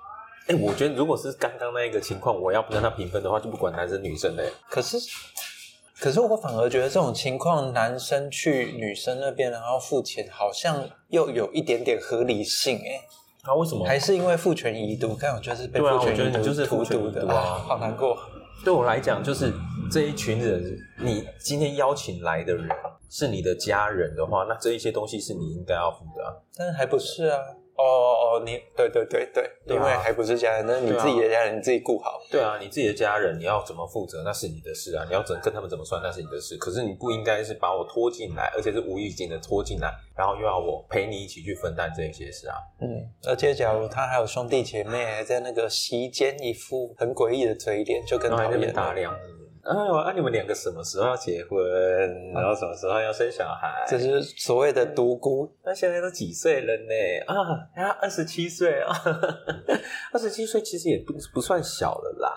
Speaker 2: 哎、我觉得如果是刚刚那一个情况，我要不跟他平分的话，就不管男生女生嘞。
Speaker 1: 可是，可是我反而觉得这种情况，男生去女生那边然后付钱，好像又有一点点合理性哎、
Speaker 2: 他、啊为什么？
Speaker 1: 还是因为父权遗毒？刚我觉得是被
Speaker 2: 哦对啊
Speaker 1: 父权
Speaker 2: 我
Speaker 1: 遗
Speaker 2: 觉
Speaker 1: 毒
Speaker 2: 得就是
Speaker 1: 荼
Speaker 2: 父权
Speaker 1: 毒
Speaker 2: 遗
Speaker 1: 的哦
Speaker 2: 毒啊
Speaker 1: 好难过。
Speaker 2: 对我来讲，就是这一群人，你今天邀请来的人是你的家人的话，那这一些东西是你应该要付的啊。
Speaker 1: 但是还不是啊。哦哦哦，你对对对对，
Speaker 2: 对啊
Speaker 1: 因为还不是家人，那是你
Speaker 2: 对啊
Speaker 1: 自己的家人，你自己顾好。
Speaker 2: 对啊，你自己的家人，你要怎么负责那是你的事啊，你要怎跟他们怎么算那是你的事。可是你不应该是把我拖进来，而且是无预警的拖进来，然后又要我陪你一起去分担这些事啊。
Speaker 1: 嗯，而且假如他还有兄弟姐妹，还在那个席间一副很诡异的嘴脸，就更
Speaker 2: 然
Speaker 1: 讨
Speaker 2: 后还在那
Speaker 1: 厌
Speaker 2: 边打
Speaker 1: 了。
Speaker 2: 量，哎呦，啊你们两个什么时候要结婚？然后什么时候要生小孩？
Speaker 1: 这是所谓的独孤，
Speaker 2: 那现在都几岁了呢？啊，他二十七岁啊，二十七岁其实也不不算小了啦。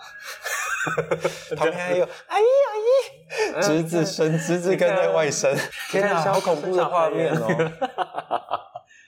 Speaker 1: 旁边还有阿姨阿姨，侄 子生侄子跟那外甥，天啊，好恐怖的画面哦！！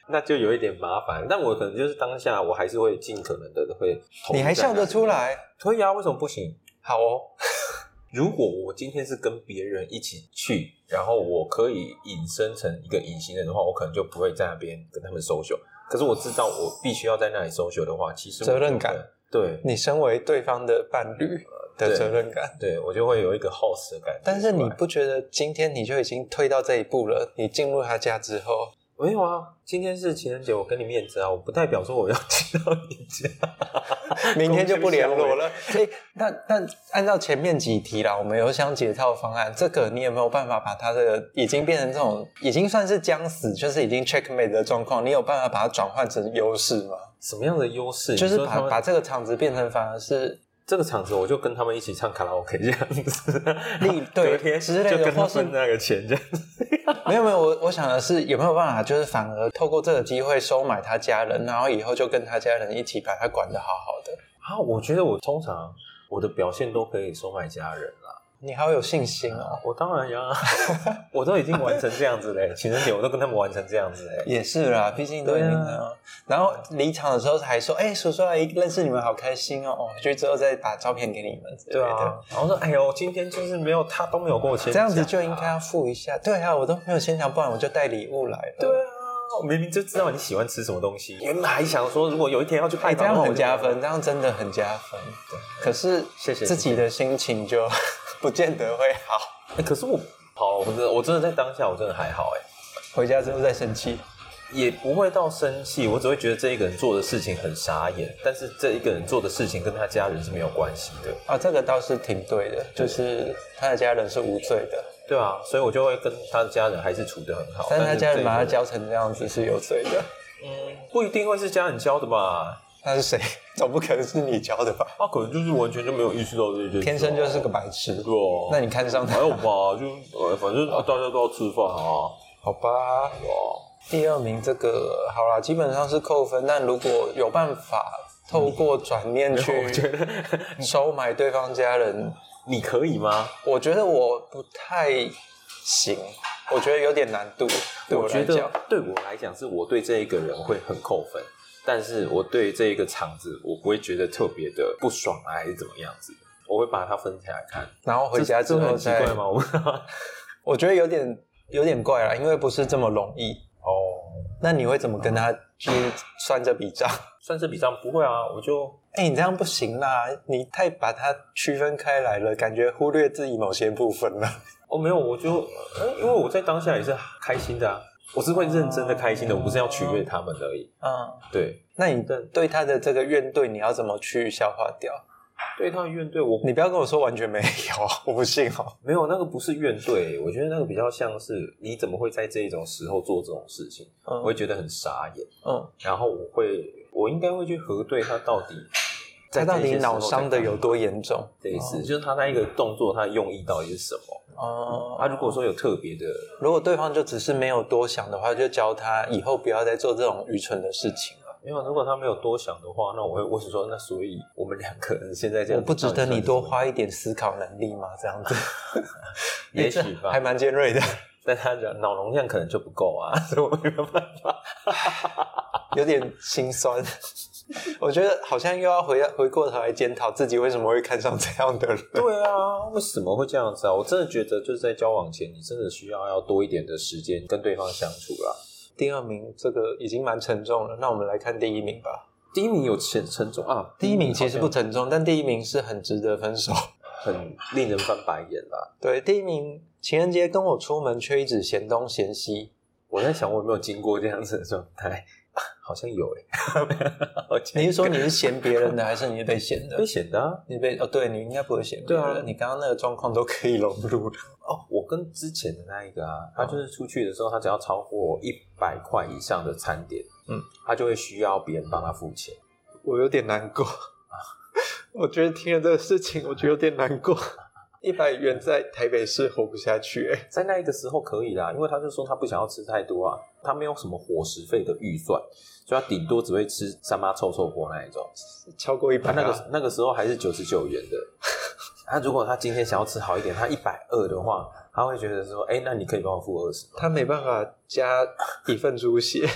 Speaker 2: 那就有一点麻烦，但我可能就是当下，我还是会尽可能的会。
Speaker 1: 你还笑得出？来？
Speaker 2: 可以啊，为什么不行？
Speaker 1: 好哦，
Speaker 2: 如果我今天是跟别人一起去，然后我可以隐身成一个隐形人的话，我可能就不会在那边跟他们 social。可是我知道我必须要在那里 social 的话，其实我就会
Speaker 1: 责任感，
Speaker 2: 对
Speaker 1: 你身为对方的伴侣的
Speaker 2: 对
Speaker 1: 责任感，
Speaker 2: 对，我就会有一个 host 的感觉出来。
Speaker 1: 但是你不觉得今天你就已经退到这一步了？你进入他家之后，
Speaker 2: 没有啊，今天是情人节，我给你面子啊，我不代表说我要进到你家。
Speaker 1: 明天就不联络了。哎、那那按照前面几题啦，我们有想解套方案，这个你有没有办法把它的已经变成这种已经算是将死，就是已经 checkmate 的状况，你有办法把它转换成优势吗？
Speaker 2: 什么样的优势？
Speaker 1: 就是
Speaker 2: 嗯你说他
Speaker 1: 把
Speaker 2: 们
Speaker 1: 把这个场子变成反而是
Speaker 2: 这个场子，我就跟他们一起唱卡拉 OK 这样 子，
Speaker 1: 力对
Speaker 2: 隔天
Speaker 1: 之类的
Speaker 2: 就跟他
Speaker 1: 或是
Speaker 2: 分那个钱这样子。
Speaker 1: 没有没有，我我想的是有没有办法，就是反而透过这个机会收买他家人，然后以后就跟他家人一起把他管得好好的。
Speaker 2: 啊，我觉得我通常我的表现都可以收买家人啦。
Speaker 1: 你好有信心哦。
Speaker 2: 我当然呀， 我都已经完成这样子嘞，情人节我都跟他们完成这样子嘞。
Speaker 1: 也是啦，毕竟都已经这样。然后离场的时候还说：“哎、叔叔阿姨，认识你们好开心哦！”哦，就之后再把照片给你们之类的。
Speaker 2: 对啊，然后说，哎呦，今天就是没有他都没有跟我啊签，
Speaker 1: 这样子就应该要付一下。对啊，我都没有先想，不然我就带礼物来了。
Speaker 2: 对啊，我明明就知道你喜欢吃什么东西，原本还想说，如果有一天要去
Speaker 1: 哎、
Speaker 2: 拜
Speaker 1: 这
Speaker 2: 访的
Speaker 1: 样
Speaker 2: 话，
Speaker 1: 很
Speaker 2: 我就
Speaker 1: 加分，这样真的很加分。对，可是
Speaker 2: 谢谢
Speaker 1: 自己的心情 就不见得会好，
Speaker 2: 哎、可是我好，我真的我真的在当下我真的还好哎、
Speaker 1: 回家之后再生气。
Speaker 2: 也不会到生气，我只会觉得这一个人做的事情很傻眼，但是这一个人做的事情跟他家人是没有关系的，
Speaker 1: 啊，这个倒是挺对的，就是他的家人是无罪的，
Speaker 2: 对啊，所以我就会跟他的家人还是处得很好，
Speaker 1: 但是他家
Speaker 2: 这
Speaker 1: 人
Speaker 2: 一
Speaker 1: 把他
Speaker 2: 个
Speaker 1: 教成这样子是有罪的。
Speaker 2: 不一定会是家人教的吧，
Speaker 1: 那是谁？总不可能是你教的吧？
Speaker 2: 他可能就是完全就没有意识到这件事，啊
Speaker 1: 天生就是个白痴。
Speaker 2: 对啊
Speaker 1: 那你看上
Speaker 2: 还
Speaker 1: 他？
Speaker 2: 有吧，就呃，反正大家都要吃饭啊，
Speaker 1: 好吧。
Speaker 2: 哇，
Speaker 1: 第二名这个好啦，基本上是扣分，但如果有办法透过转念
Speaker 2: 我觉
Speaker 1: 去
Speaker 2: 得
Speaker 1: 收买对方家人，
Speaker 2: 你可以吗？
Speaker 1: 我觉得我不太行，我觉得有点难度。对我
Speaker 2: 我觉
Speaker 1: 来
Speaker 2: 得
Speaker 1: 讲，
Speaker 2: 对我来讲，是我对这一个人会很扣分，但是我对这一个场子，我不会觉得特别的不爽啊，还是怎么样子的。我会把它分开来看。
Speaker 1: 然后回家之
Speaker 2: 这这会
Speaker 1: 后
Speaker 2: 很奇
Speaker 1: 再
Speaker 2: 怪，吗？我不知道。
Speaker 1: 我觉得有点有点怪啦，因为不是这么容易。
Speaker 2: 哦，
Speaker 1: 那你会怎么跟他去算这笔账？
Speaker 2: 算是比较不会啊，我就
Speaker 1: 哎、你这样不行啦，你太把它区分开来了，感觉忽略自己某些部分了。
Speaker 2: 哦没有，我就、呃因为我在当下也是开心的啊，我是会认真的开心的，我不是要取悦他们而已。
Speaker 1: 嗯，
Speaker 2: 对，
Speaker 1: 那你的对他的这个怨怼，你要怎么去消化掉？
Speaker 2: 对他的怨对我
Speaker 1: 你不要跟我说完全没有， 我不信哦。
Speaker 2: 没有，那个不是怨怼，我觉得那个比较像是你怎么会在这种时候做这种事情，我会
Speaker 1: 嗯
Speaker 2: 觉得很傻眼。
Speaker 1: 嗯，
Speaker 2: 然后我会，我应该会去核对他到底
Speaker 1: 他
Speaker 2: 在
Speaker 1: 到
Speaker 2: 这些
Speaker 1: 底
Speaker 2: 时候
Speaker 1: 脑伤的
Speaker 2: 在干
Speaker 1: 有哦
Speaker 2: 嘛
Speaker 1: 多严重？
Speaker 2: 类似，就是他那一个动作，他的用意到底是什么？
Speaker 1: 哦、
Speaker 2: 他如果说有特别的，
Speaker 1: 如果对方就只是没有多想的话，就教他以后不要再做这种愚蠢的事情了。
Speaker 2: 没有，如果他没有多想的话，那我会问说，那所以我们两个人现在这
Speaker 1: 我
Speaker 2: 样，
Speaker 1: 不值得你多，花一点思考能力吗？这样子，
Speaker 2: 也许
Speaker 1: 还
Speaker 2: 吧，
Speaker 1: 蛮尖锐的，
Speaker 2: 但他的脑容量可能就不够啊， 所以我没有办法。
Speaker 1: 有点心酸。 我觉得好像又要回回过头来检讨自己为什么会看上这样的人。
Speaker 2: 对啊，为什么会这样子啊？我真的觉得就是在交往前，你真的需要要多一点的时间跟对方相处啦。
Speaker 1: 第二名这个已经蛮沉重了，那我们来看第一名吧。
Speaker 2: 第一名有沉沉重啊，
Speaker 1: 第一名其实不
Speaker 2: 嗯好像
Speaker 1: 沉重，但第一名是很值得分手。
Speaker 2: 很令人翻白眼啦。
Speaker 1: 对，第一名情人节跟我出门却一直嫌东嫌 西，
Speaker 2: 我在想，我有没有经过这样子的状态？ 啊好像有诶、欸。我前
Speaker 1: 你是说你是嫌别人的，还是你被嫌的
Speaker 2: 被？显的、啊、
Speaker 1: 你被哦，对你应该不会嫌别
Speaker 2: 对啊
Speaker 1: 人，你刚刚那个状况都可以融 入。
Speaker 2: 哦，我跟之前的那一个啊，他就是出去的时候，他只要超过一百块以上的餐点，
Speaker 1: 嗯，
Speaker 2: 他就会需要别人帮他付钱。
Speaker 1: 我有点难 过，我觉得听了这个事情，我觉得有点难过。一百元在台北市活不下去、欸，
Speaker 2: 在那一个时候可以啦，因为他就说他不想要吃太多啊，他没有什么伙食费的预算，所以他顶多只会吃三妈臭臭锅那一种。
Speaker 1: 超过一百、啊，
Speaker 2: 他那个那个时候还是九十九元的。他如果他今天想要吃好一点，他一百二的话，他会觉得说，哎、那你可以帮我付二十吗？
Speaker 1: 他没办法加一份猪血，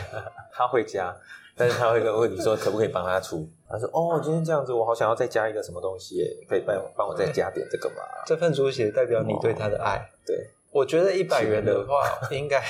Speaker 2: 他会加，但是他会跟问你说可不可以帮他出？他说，哦，今天这样子，我好想要再加一个什么东西耶，可以帮我帮我再加点这个吗？
Speaker 1: 这份猪血代表你对他的爱。
Speaker 2: 对，
Speaker 1: 我觉得一百元的话，应该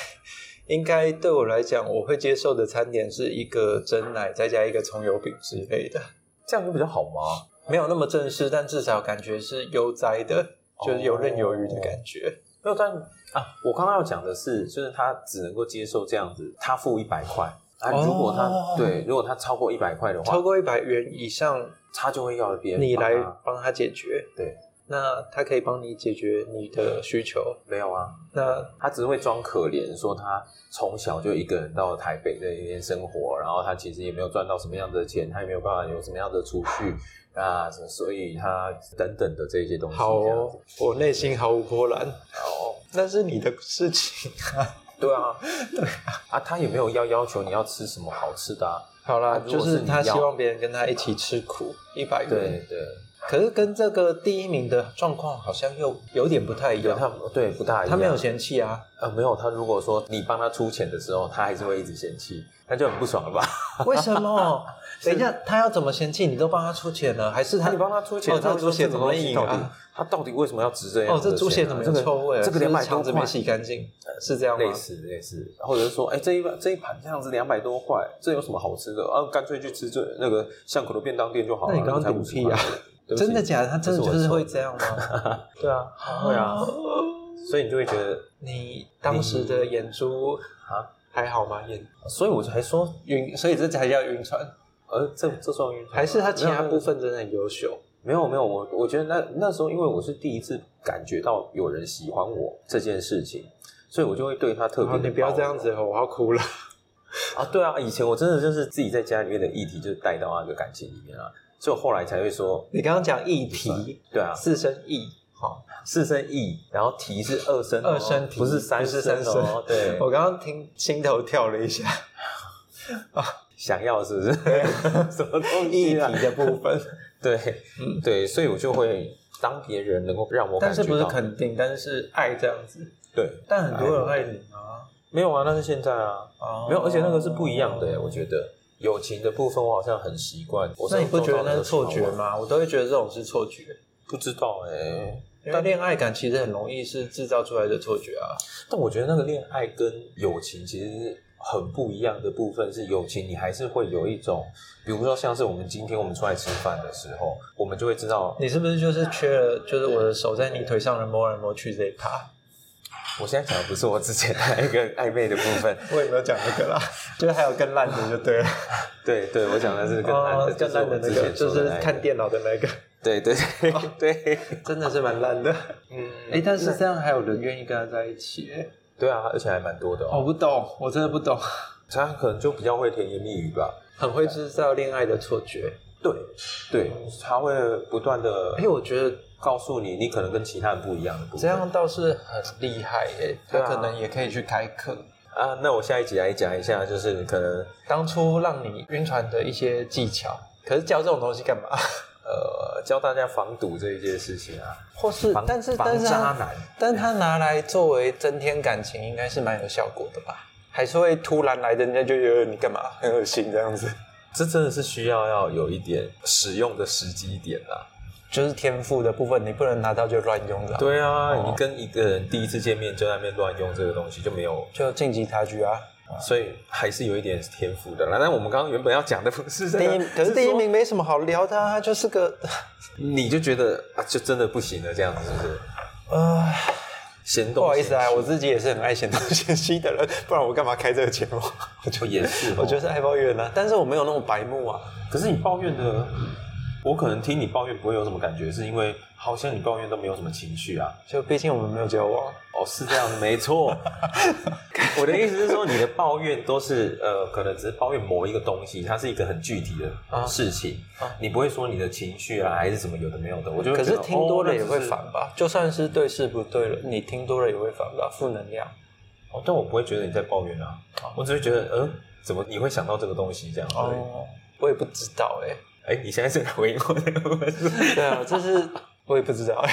Speaker 1: 应该对我来讲，我会接受的餐点是一个蒸奶，再加一个葱油饼之类的，
Speaker 2: 这样就比较好吗？
Speaker 1: 没有那么正式，但至少感觉是悠哉的，就是游刃有余的感觉。
Speaker 2: 没有，但啊，我刚刚要讲的是，就是他只能够接受这样子，他付一百块啊。
Speaker 1: 哦
Speaker 2: 如果他、对，如果他超过一百块的话
Speaker 1: 超，过一百元以上，
Speaker 2: 他就会要别人
Speaker 1: 你
Speaker 2: 帮
Speaker 1: 来
Speaker 2: 他
Speaker 1: 帮他解决。
Speaker 2: 啊对，
Speaker 1: 那他可以帮你解决你的需求。
Speaker 2: 没有啊，
Speaker 1: 那
Speaker 2: 他只是会装可怜，说他从小就一个人到台北这边生活，然后他其实也没有赚到什么样的钱，他也没有办法有什么样的储蓄，那所以他等等的这些东西，
Speaker 1: 好
Speaker 2: 这样子
Speaker 1: 哦，我内心毫无波澜。
Speaker 2: 哦，
Speaker 1: 那是你的事情啊。
Speaker 2: 对啊，对啊，他也没有要要求你要吃什么好吃的、啊，
Speaker 1: 好啦，
Speaker 2: 啊如
Speaker 1: 就
Speaker 2: 果是
Speaker 1: 是
Speaker 2: 你
Speaker 1: 他希
Speaker 2: 要
Speaker 1: 望别人跟他一起吃苦，一百
Speaker 2: 对
Speaker 1: 元。
Speaker 2: 对，
Speaker 1: 可是跟这个第一名的状况好像又有点不太一
Speaker 2: 有
Speaker 1: 样。
Speaker 2: 他对不大一样，
Speaker 1: 他没有嫌弃啊，
Speaker 2: 呃没有他如果说你帮他出钱的时候，他还是会一直嫌弃，他就很不爽了吧？
Speaker 1: 为什 么？等一下，他要怎么嫌弃？你都帮他出钱了，还是他
Speaker 2: 你帮他出钱，
Speaker 1: 哦这
Speaker 2: 他
Speaker 1: 个
Speaker 2: 会说
Speaker 1: 猪血
Speaker 2: 这
Speaker 1: 怎
Speaker 2: 个
Speaker 1: 么
Speaker 2: 东西
Speaker 1: 硬
Speaker 2: 到底
Speaker 1: 啊？
Speaker 2: 他到底为什么要值这样
Speaker 1: 哦，这
Speaker 2: 子的钱啊？
Speaker 1: 猪血怎么有
Speaker 2: 这个
Speaker 1: 臭味啊？
Speaker 2: 这
Speaker 1: 是
Speaker 2: 个两
Speaker 1: 不
Speaker 2: 百
Speaker 1: 是
Speaker 2: 多
Speaker 1: 肠子
Speaker 2: 块
Speaker 1: 没，洗干净，是这样吗
Speaker 2: 类？似类似，或者是说，哎、这一碗这一盘这样子两百多块，这有什么好吃的？啊，干脆去吃这那个巷口的便当店就好了。
Speaker 1: 那你刚刚
Speaker 2: 才
Speaker 1: 顶
Speaker 2: 50
Speaker 1: 屁啊
Speaker 2: 块！对不起
Speaker 1: 真的假的？他真的
Speaker 2: 这是我
Speaker 1: 就是
Speaker 2: 错
Speaker 1: 会这样 吗？对啊，
Speaker 2: 会啊，所以你就会觉得，
Speaker 1: 你当时的眼珠
Speaker 2: 啊
Speaker 1: 还好吗？眼
Speaker 2: 所以我才说，
Speaker 1: 晕，所以这才叫晕船，
Speaker 2: 呃，这这算晕船吗
Speaker 1: 还是他其他
Speaker 2: 没有
Speaker 1: 部分真的很优秀？
Speaker 2: 没有没有，我我觉得那那时候，因为我是第一次感觉到有人喜欢我这件事情，所以我就会对他特别
Speaker 1: 好，
Speaker 2: 地
Speaker 1: 啊你不要
Speaker 2: 包
Speaker 1: 这样
Speaker 2: 容
Speaker 1: 子哦，我要哭了。
Speaker 2: 啊！对啊，以前我真的就是自己在家里面的议题，就是带到那个感情里面啊，所以我后来才会说，
Speaker 1: 你刚刚讲议 题，
Speaker 2: 对啊，
Speaker 1: 四声议，好，
Speaker 2: 四声意，然后提是二声哦、
Speaker 1: 二声题
Speaker 2: 不是三
Speaker 1: 不是三
Speaker 2: 声哦、对，
Speaker 1: 我刚刚听心头跳了一下，
Speaker 2: 想要是不是？ 什么东
Speaker 1: 议
Speaker 2: 西
Speaker 1: 题
Speaker 2: 啊？
Speaker 1: 的部分，
Speaker 2: 对，
Speaker 1: 嗯
Speaker 2: 对，所以我就会当别人能够让我感
Speaker 1: 但
Speaker 2: 觉
Speaker 1: 是
Speaker 2: 到，
Speaker 1: 不是肯定，但是爱这样子，
Speaker 2: 对，
Speaker 1: 但很多人爱你啊，
Speaker 2: 没有啊，那是现在啊，
Speaker 1: 哦
Speaker 2: 没有，而且那个是不一样的、欸我觉得友情的部分我好像很习惯，我
Speaker 1: 那你不觉得那是
Speaker 2: 是
Speaker 1: 错觉？吗？我都会觉得这种是错觉，
Speaker 2: 不知道哎、
Speaker 1: 因为恋爱感其实很容易是制造出来的错觉啊。
Speaker 2: 但我觉得那个恋爱跟友情其实很不一样的部分是，友情你还是会有一种，比如说像是我们今天我们出来吃饭的时候，我们就会 知道，
Speaker 1: 你是不是就是缺了，就是我的手在你腿上的摸来摸去这一趴？
Speaker 2: 我现在讲的不是我之前的那个暧昧的部 分，
Speaker 1: 我也没有讲这个啦， 就是还有更烂的就对了，
Speaker 2: 对对，我讲的是更烂的，
Speaker 1: 哦 更烂的那个，
Speaker 2: 就
Speaker 1: 就是
Speaker 2: 我之前说
Speaker 1: 是
Speaker 2: 的那一个
Speaker 1: 看，电哦脑的那个，
Speaker 2: 对对对对，
Speaker 1: 真的是蛮烂的。
Speaker 2: 嗯，
Speaker 1: 哎，但是这样还有人愿意跟他在一起？哎
Speaker 2: 对啊，而且还蛮多的
Speaker 1: 我
Speaker 2: 哦，
Speaker 1: 不懂，我真的不懂，
Speaker 2: 他可能就比较会甜言蜜语吧，
Speaker 1: 很会制造恋爱的错觉。
Speaker 2: 对对，他会不断的
Speaker 1: 哎，我觉得
Speaker 2: 告诉你，你可能跟其他人不一样的部分，
Speaker 1: 这样哦倒是很厉害耶，他
Speaker 2: 对啊
Speaker 1: 可能也可以去开课。
Speaker 2: 啊，那我下一集来讲一下，就是可能
Speaker 1: 当初让你晕船的一些技巧，可是教这种东西干嘛？
Speaker 2: 呃教大家防堵这一件事情啊，
Speaker 1: 或是
Speaker 2: 防，
Speaker 1: 但是
Speaker 2: 防
Speaker 1: 但是啊
Speaker 2: 渣
Speaker 1: 他
Speaker 2: 男，
Speaker 1: 但他拿来作为增添感情，应该是蛮有效果的吧？还是会突然来的，人家就觉得呃你干嘛，很恶心这样子，
Speaker 2: 这真的是需要要有一点使用的时机点啊啦。
Speaker 1: 就是天赋的部分，你不能拿到就乱用的，，
Speaker 2: 对啊，
Speaker 1: 哦
Speaker 2: 你跟一个人第一次见面就在那边乱用这个东西就没有，
Speaker 1: 就晋级差距啊。
Speaker 2: 所以还是有一点天赋的啦。但我们刚刚原本要讲的不啊是这
Speaker 1: 第
Speaker 2: 个，
Speaker 1: 一，可是
Speaker 2: 说
Speaker 1: 第一名没什么好聊的、啊，他就是个，
Speaker 2: 你就觉得啊，就真的不行了，这样子是不是？
Speaker 1: 呃，
Speaker 2: 嫌东
Speaker 1: 不好意思啊，
Speaker 2: 嫌西
Speaker 1: 我自己也是很爱显东显西的人，不然我干嘛开这个节目？ 我就
Speaker 2: 也是哦
Speaker 1: 我就是爱抱怨啊，但是我没有那么白目啊。
Speaker 2: 可是你抱怨的，我可能听你抱怨不会有什么感觉，是因为好像你抱怨都没有什么情绪啊。
Speaker 1: 就毕竟我们没有交往，
Speaker 2: 哦，是这样的，没错。我的意思是说，你的抱怨都是呃，可能只是抱怨某一个东西，它是一个很具体的
Speaker 1: 啊
Speaker 2: 事情，
Speaker 1: 啊
Speaker 2: 你不会说你的情绪啊，还是什么有的没有的。我就会
Speaker 1: 可
Speaker 2: 觉
Speaker 1: 是
Speaker 2: 得
Speaker 1: 听多了也会。
Speaker 2: 哦
Speaker 1: 烦吧？就算是对事不对了，你听多了也会烦吧？负能量。
Speaker 2: 那只是哦但我不会觉得你在抱怨啊，我只会觉得，嗯，怎么你会想到这个东西这样？哦，
Speaker 1: 哦，我也不知道哎、
Speaker 2: 哎，你现在是在回应我这个问题？
Speaker 1: 对啊，这是 我也不知道哎、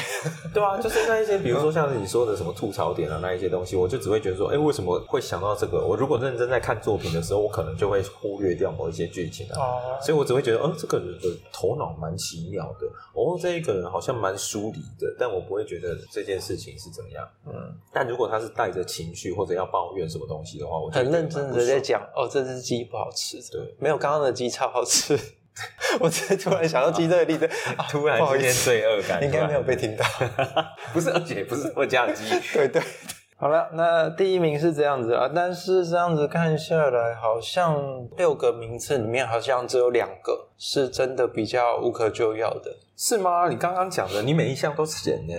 Speaker 2: 对啊，就是那一些，比如
Speaker 1: 嗯
Speaker 2: 说像是你说的什么吐槽点啊，那一些东西，我就只会觉得说，哎、为什么会想到这个？我如果认真在看作品的时候，我可能就会忽略掉某一些剧情啊。
Speaker 1: 哦，
Speaker 2: 所以我只会觉得，哦、这个人的头脑蛮奇妙的，哦，这一个人好像蛮疏离的，但我不会觉得这件事情是怎样。
Speaker 1: 嗯，
Speaker 2: 但如果他是带着情绪或者要抱怨什么东西的话，我就
Speaker 1: 很
Speaker 2: 觉得
Speaker 1: 认真
Speaker 2: 蛮不
Speaker 1: 的在
Speaker 2: 爽
Speaker 1: 讲哦，这只鸡不好吃，
Speaker 2: 对，
Speaker 1: 没有刚刚的鸡超好吃。 我只是突然想到鸡这个例子，啊
Speaker 2: 突然
Speaker 1: 不好
Speaker 2: 之
Speaker 1: 意
Speaker 2: 间
Speaker 1: 思，
Speaker 2: 罪恶 感，
Speaker 1: 应该没有被听到。
Speaker 2: 不是，而且不是我讲 机。
Speaker 1: 对对。好了，那第一名是这样子啊，但是这样子看下来，好像六个名次里面好像只有两个是真的比较无可救药的。
Speaker 2: 是吗？你刚刚讲的，你每一项都是人呢、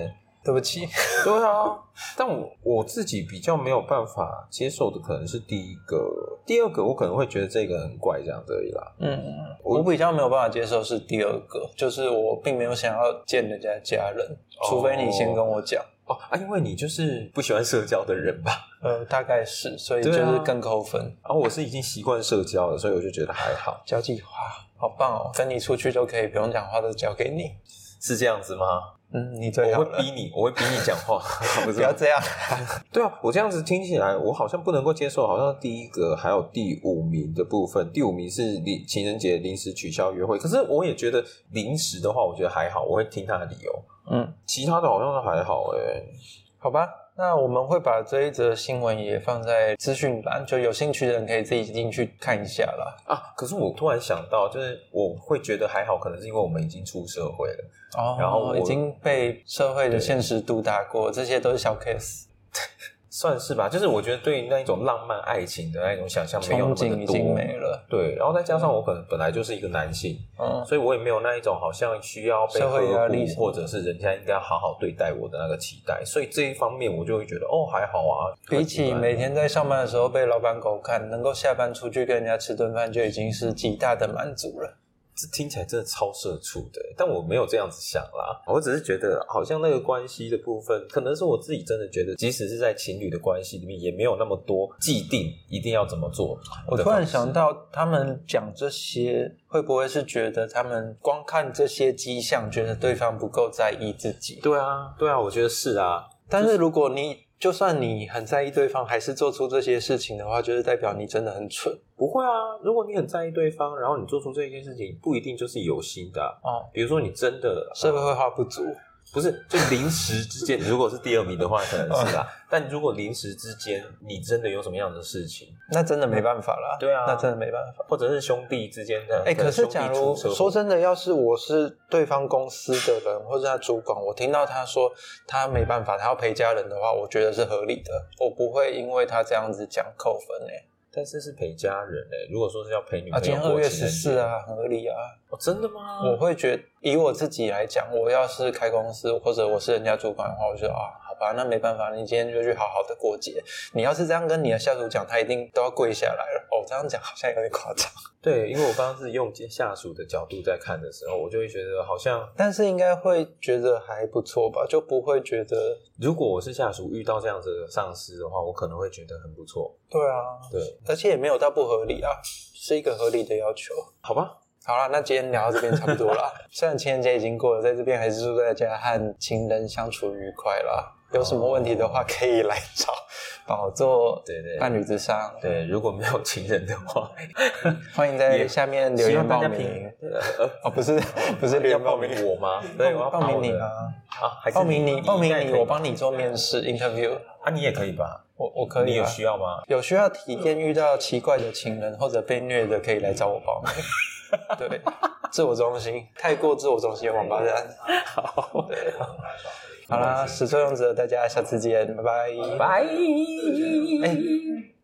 Speaker 1: 对不起，
Speaker 2: 对啊，但我我自己比较没有办法接受的可能是第一个，第二个我可能会觉得这个很怪这样子而已啦。
Speaker 1: 嗯，我比较没有办法接受是第二个，就是我并没有想要见人家家人，除非你先跟我讲，
Speaker 2: 哦啊，因为你就是不喜欢社交的人吧？
Speaker 1: 呃，大概是，所以就
Speaker 2: 对啊
Speaker 1: 是更扣分。
Speaker 2: 然后我是已经习惯社交了，所以我就觉得还好。
Speaker 1: 交际花好棒哦，跟你出去都可以不用讲话都交给你，
Speaker 2: 是这样子吗？
Speaker 1: 嗯，你最好
Speaker 2: 我会
Speaker 1: 了，
Speaker 2: 逼你，我会逼你讲话，不
Speaker 1: 不
Speaker 2: 是
Speaker 1: 要
Speaker 2: 吗？
Speaker 1: 这样。
Speaker 2: 对啊，我这样子听起来，我好像不能够接受，好像第一个还有第五名的部分，第五名是临情人节临时取消约会，可是我也觉得临时的话，我觉得还好，我会听他的理由，
Speaker 1: 嗯，
Speaker 2: 其他的好像都还好哎、
Speaker 1: 好吧，那我们会把这一则新闻也放在资讯栏，就有兴趣的人可以自己进去看一下啦。
Speaker 2: 啊，可是我突然想到，就是我会觉得还好，可能是因为我们已经出社会了，
Speaker 1: 哦
Speaker 2: 然后我
Speaker 1: 已经被社会的
Speaker 2: 对
Speaker 1: 现实毒打过，这些都是小 case。
Speaker 2: 算是吧。就是我觉得对于那一种浪漫爱情的那一种想象没有
Speaker 1: 憧
Speaker 2: 那
Speaker 1: 憬
Speaker 2: 么
Speaker 1: 已
Speaker 2: 的
Speaker 1: 经
Speaker 2: 多，
Speaker 1: 没了，
Speaker 2: 对。然后再加上我可能本来就是一个男性，
Speaker 1: 嗯，
Speaker 2: 所以我也没有那一种好像需要被
Speaker 1: 社会
Speaker 2: 呵
Speaker 1: 压
Speaker 2: 护
Speaker 1: 力什么
Speaker 2: 或者是人家应该好好对待我的那个期待。所以这一方面我就会觉得哦还好啊，
Speaker 1: 比起
Speaker 2: 很一般
Speaker 1: 每天在上班的时候被老板狗看，能够下班出去跟人家吃顿饭就已经是极大的满足了。
Speaker 2: 这听起来真的超社畜的，但我没有这样子想啦，我只是觉得好像那个关系的部分，可能是我自己真的觉得，即使是在情侣的关系里面，也没有那么多既定一定要怎么做的方式。
Speaker 1: 我突然想到，他们讲这些，会不会是觉得他们光看这些迹象，觉得对方不够在意自己？
Speaker 2: 对啊，对啊，我觉得是啊，
Speaker 1: 但是如果你就算你很在意对方，还是做出这些事情的话，就是代表你真的很蠢
Speaker 2: 不会啊，如果你很在意对方，然后你做出这一件事情，不一定就是有心的啊、
Speaker 1: 哦，
Speaker 2: 比如说你真的呃
Speaker 1: 社会化不足。
Speaker 2: 不是，就临时之间， 如果是第二名的话，可能是啦。但如果临时之间，你真的有什么样的事情，
Speaker 1: 那真的没办法啦，
Speaker 2: 对啊
Speaker 1: 那真的没办法。
Speaker 2: 或者是兄弟之间的，
Speaker 1: 哎、可是
Speaker 2: 兄弟
Speaker 1: 假
Speaker 2: 出
Speaker 1: 如
Speaker 2: 车祸
Speaker 1: 说真的，要是我是对方公司的人或者他主管，我听到他说他没办法，他要陪家人的话，我觉得是合理的，我不会因为他这样子讲扣分欸诶、
Speaker 2: 但是是陪家人哎、如果说是要陪女朋
Speaker 1: 啊，
Speaker 2: 友
Speaker 1: 今天
Speaker 2: 过
Speaker 1: 二月
Speaker 2: 情
Speaker 1: 十
Speaker 2: 人
Speaker 1: 四
Speaker 2: 节，
Speaker 1: 啊，很合理啊。
Speaker 2: 哦，真的吗？
Speaker 1: 我会觉得，以我自己来讲，我要是开公司或者我是人家主管的话，我就啊，好吧，那没办法，你今天就去好好的过节。你要是这样跟你的下属讲，他一定都要跪下来了。哦，这样讲好像有点夸张，
Speaker 2: 对，因为我刚刚是用下属的角度在看的时候，我就会觉得好像，
Speaker 1: 但是应该会觉得还不错吧，就不会觉得
Speaker 2: 如果我是下属遇到这样子的上司的话，我可能会觉得很不错。
Speaker 1: 对啊，
Speaker 2: 对，
Speaker 1: 而且也没有到不合理啊，是一个合理的要求。
Speaker 2: 好吧，
Speaker 1: 好啦，那今天聊到这边差不多 啦。虽然情人节已经过了，在这边还是祝大家和情人相处愉快啦。有什么问题的话，可以来找宝座
Speaker 2: 对对
Speaker 1: 伴侣之商，
Speaker 2: 对，如果没有情人的话，
Speaker 1: 欢迎在下面留
Speaker 2: 希
Speaker 1: 言
Speaker 2: 望大
Speaker 1: 报
Speaker 2: 家
Speaker 1: 名
Speaker 2: 评。呃
Speaker 1: 哦，不是不是留
Speaker 2: 要
Speaker 1: 言
Speaker 2: 报
Speaker 1: 报名
Speaker 2: 名，我 吗？对，我要
Speaker 1: 报报名
Speaker 2: 我
Speaker 1: 你
Speaker 2: 的
Speaker 1: 啊，
Speaker 2: 啊，还是
Speaker 1: 报名你，报名
Speaker 2: 应该
Speaker 1: 你，
Speaker 2: 可以
Speaker 1: 我
Speaker 2: 吧
Speaker 1: 帮你做面试 interview，
Speaker 2: 啊，你也可以吧？
Speaker 1: 我我可
Speaker 2: 你
Speaker 1: 以
Speaker 2: 有
Speaker 1: 啊。
Speaker 2: 需要吗？
Speaker 1: 有需要体验遇到奇怪的情人或者被虐的，可以来找我报名。对，自我中心，太过自我中心的王八蛋。
Speaker 2: 好，
Speaker 1: 好啦，始作俑者，大家下次见，拜拜。
Speaker 2: 拜。
Speaker 1: 哎，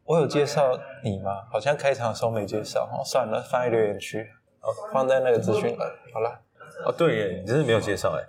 Speaker 1: 我有介绍你吗？好像开场的时候没介绍，哦，算了，放在留言区，哦，放在那个资讯栏。好了。
Speaker 2: 哦，对耶，你真是没有介绍哎。